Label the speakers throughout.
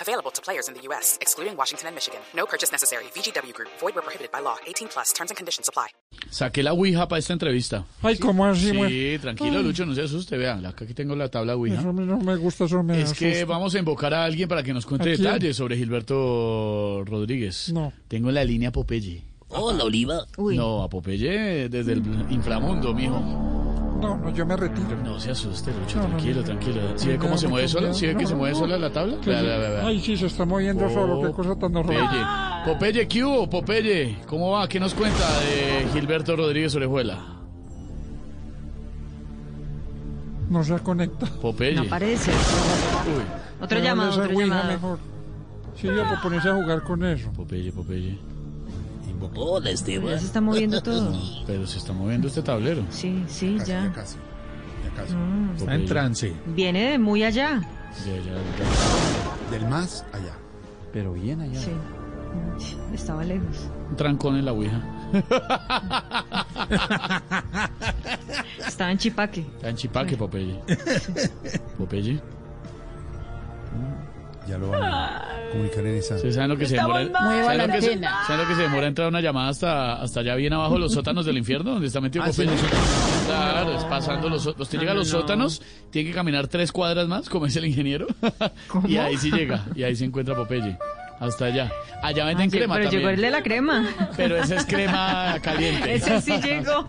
Speaker 1: Available to players in the U.S., excluding Washington and Michigan. No purchase necessary. VGW Group, void were prohibited by law. 18 plus terms and conditions apply.
Speaker 2: Saqué la Ouija para esta entrevista.
Speaker 3: Ay, ¿cómo así, güey?
Speaker 2: Sí, tranquilo, Lucho, no se asuste. Vea, la- aquí tengo la tabla
Speaker 3: Eso a
Speaker 2: Ouija.
Speaker 3: mí no me gusta, eso me
Speaker 2: Es que
Speaker 3: asusta.
Speaker 2: vamos a invocar a alguien para que nos cuente
Speaker 3: ¿A quién?
Speaker 2: detalles sobre Gilberto Rodríguez.
Speaker 3: No.
Speaker 2: Tengo en la línea a Popeye.
Speaker 4: Hola, Oliva.
Speaker 2: No, a Popeye desde el inframundo, mijo.
Speaker 3: No, no, yo me retiro.
Speaker 2: No se asuste, Lucho,
Speaker 3: No, no,
Speaker 2: tranquilo,
Speaker 3: no.
Speaker 2: tranquilo. ¿Sí
Speaker 3: Me
Speaker 2: ve cómo
Speaker 3: da
Speaker 2: se mueve
Speaker 3: mucho
Speaker 2: sola?
Speaker 3: miedo.
Speaker 2: ¿Sí ve que
Speaker 3: No,
Speaker 2: se
Speaker 3: no,
Speaker 2: mueve
Speaker 3: no.
Speaker 2: sola la tabla? Vea, vea, vea, Oh. vea.
Speaker 3: Ay, sí, se está moviendo solo, qué cosa tan horrible.
Speaker 2: Popeye. Popeye, ¿qué hubo? Popeye, ¿cómo va? ¿Qué nos cuenta de Gilberto Rodríguez Orejuela?
Speaker 3: No se conecta.
Speaker 2: Popeye.
Speaker 5: No parece.
Speaker 2: Uy,
Speaker 5: Otro llamado,
Speaker 3: esa
Speaker 5: otro
Speaker 3: Ouija
Speaker 5: llamado.
Speaker 3: mejor. Sí, yo por ponerse a jugar con eso.
Speaker 2: Popeye, Popeye.
Speaker 4: Hola, Esteban.
Speaker 5: Ya se está moviendo todo.
Speaker 2: Pero se está moviendo este tablero.
Speaker 5: Sí, sí, ya.
Speaker 2: Mm.
Speaker 6: Está en trance,
Speaker 5: Viene de muy allá.
Speaker 2: Ya, ya, ya.
Speaker 6: del más allá.
Speaker 2: Pero bien allá.
Speaker 5: Sí. Estaba lejos.
Speaker 2: Un trancón en la Ouija.
Speaker 5: Estaba en Chipaque.
Speaker 2: Está en Chipaque, Popeye. Popeye.
Speaker 6: Ya lo van a comunicar en esa.
Speaker 2: ¿Ustedes saben lo que se demora? ¿saben lo que se, saben lo que se demora entrar una llamada hasta, hasta allá bien abajo los sótanos del infierno donde está metido Popeye? Claro, es pasando los sótanos. Usted llega a los
Speaker 5: Ah,
Speaker 2: sótanos, tiene que caminar tres cuadras más, como es el ingeniero. Y ahí sí llega, y ahí se encuentra Popeye. Hasta allá. Allá venden
Speaker 5: Ah, Sí,
Speaker 2: crema
Speaker 5: pero llegó el
Speaker 2: también.
Speaker 5: de la crema.
Speaker 2: Pero esa es crema caliente.
Speaker 5: Ese sí llegó.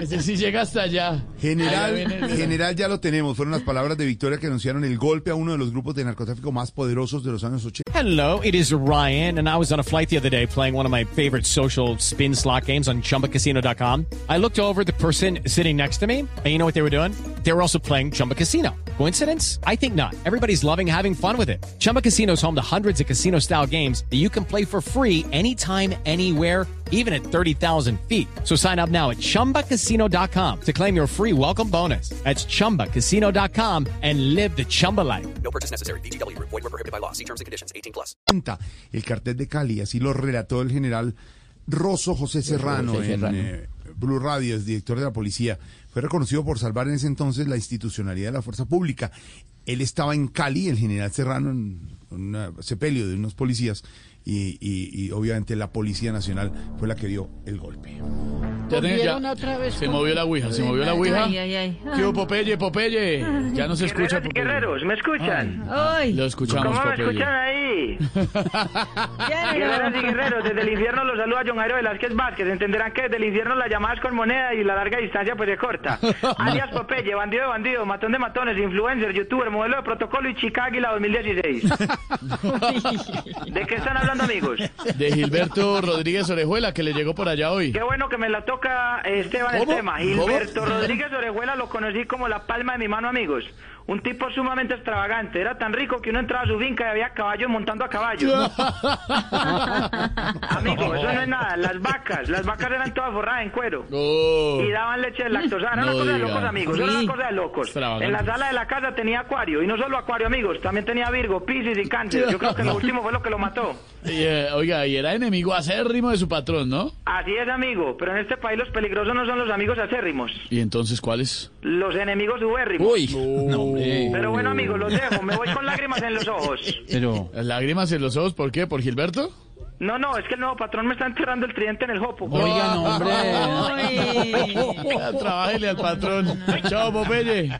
Speaker 2: Ese sí llega hasta allá. Allá viene
Speaker 6: General,
Speaker 2: el-
Speaker 6: general, ya lo tenemos. Fueron las palabras de Victoria que anunciaron el golpe a uno de los grupos de narcotráfico más poderosos de los años 80.
Speaker 7: Hello, it is Ryan, and I was on a flight the other day playing one of my favorite social spin slot games on chumbacasino.com. I looked over at the person sitting next to me, and you know what they were doing? They were also playing Chumba Casino. Coincidence? I think not. Everybody's loving having fun with it. Chumba Casino is home to hundreds of casino style games that you can play for free anytime, anywhere even at 30,000 feet. So sign up now at ChumbaCasino.com to claim your free welcome bonus. That's ChumbaCasino.com and live the Chumba life.
Speaker 8: No purchase necessary. VGW Group. Void were prohibited by law. See terms and conditions. 18 plus.
Speaker 6: El cartel de Cali, así lo relató el general Rosso José Serrano en eh, Blue Radio, es director de la policía. Fue reconocido por salvar en ese entonces la institucionalidad de la fuerza pública. Él estaba en Cali, el general Serrano, en un eh, sepelio de unos policías, y, y- y obviamente la Policía Nacional fue la que dio el golpe.
Speaker 2: Ya tengo- ya- se movió la ouija, se movió la ouija.
Speaker 5: Ay, ay, ay.
Speaker 2: ¿Qué hubo, Popeye, Popeye? Ya nos escucha
Speaker 9: Guerreros y
Speaker 2: Popeye.
Speaker 9: guerreros, ¿me escuchan?
Speaker 5: Ay,
Speaker 2: Lo escuchamos,
Speaker 9: ¿Cómo me
Speaker 2: Popeye.
Speaker 9: escuchan ahí? Guerreros y
Speaker 5: quiero.
Speaker 9: guerreros, desde el infierno los saluda John Jairo Velázquez Vázquez. Entenderán que desde el infierno las llamadas con moneda y la larga distancia pues es corta. Alias Popeye, bandido de bandido, matón de matones, influencer, youtuber, modelo de protocolo y chica águila 2016. ¿De qué están hablando, amigos?
Speaker 2: De Gilberto Rodríguez Orejuela, que le llegó por allá hoy.
Speaker 9: Qué bueno que me la toca Esteban
Speaker 2: ¿Cómo?
Speaker 9: el tema.
Speaker 2: ¿Cómo?
Speaker 9: Gilberto Rodríguez Orejuela lo conocí como la palma de mi mano, amigos. Un tipo sumamente extravagante. Era tan rico que uno entraba a su finca y había caballos montando a caballo. Amigo, eso no es nada. Las vacas, las vacas eran todas forradas en cuero.
Speaker 2: Oh.
Speaker 9: Y daban leche de lactosa. Era
Speaker 2: No
Speaker 9: una cosa de
Speaker 2: diga.
Speaker 9: locos, amigos. Era
Speaker 5: Sí.
Speaker 9: una cosa de locos.
Speaker 2: Extravagante.
Speaker 9: En la sala de la casa tenía acuario. Y no solo acuario, amigos. También tenía Virgo, Pisces y Cáncer. Yo creo que lo último fue lo que lo mató.
Speaker 2: Y, eh, oiga, y era enemigo acérrimo de su patrón, ¿no?
Speaker 9: Así es, amigo. Pero en este país los peligrosos no son los amigos acérrimos.
Speaker 2: ¿Y entonces cuál es?
Speaker 9: Los enemigos subérrimos.
Speaker 4: Uy,
Speaker 9: Pero bueno, amigos, los dejo. Me voy con lágrimas en los ojos.
Speaker 2: Lágrimas en los ojos, ¿por qué? ¿Por Gilberto?
Speaker 9: No, no, es que el nuevo patrón me está enterrando el tridente en el jopo.
Speaker 2: Oiga, no,
Speaker 5: Ay.
Speaker 2: Trabájele al patrón. Chao, Popeye.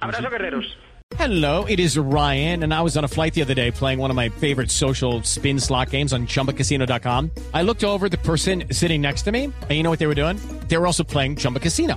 Speaker 9: Abrazo, guerreros.
Speaker 7: Hello, it is Ryan, and I was on a flight the other day playing one of my favorite social spin slot games on chumbacasino.com. I looked over at the person sitting next to me, and you know what they were doing? They were also playing Chumba Casino.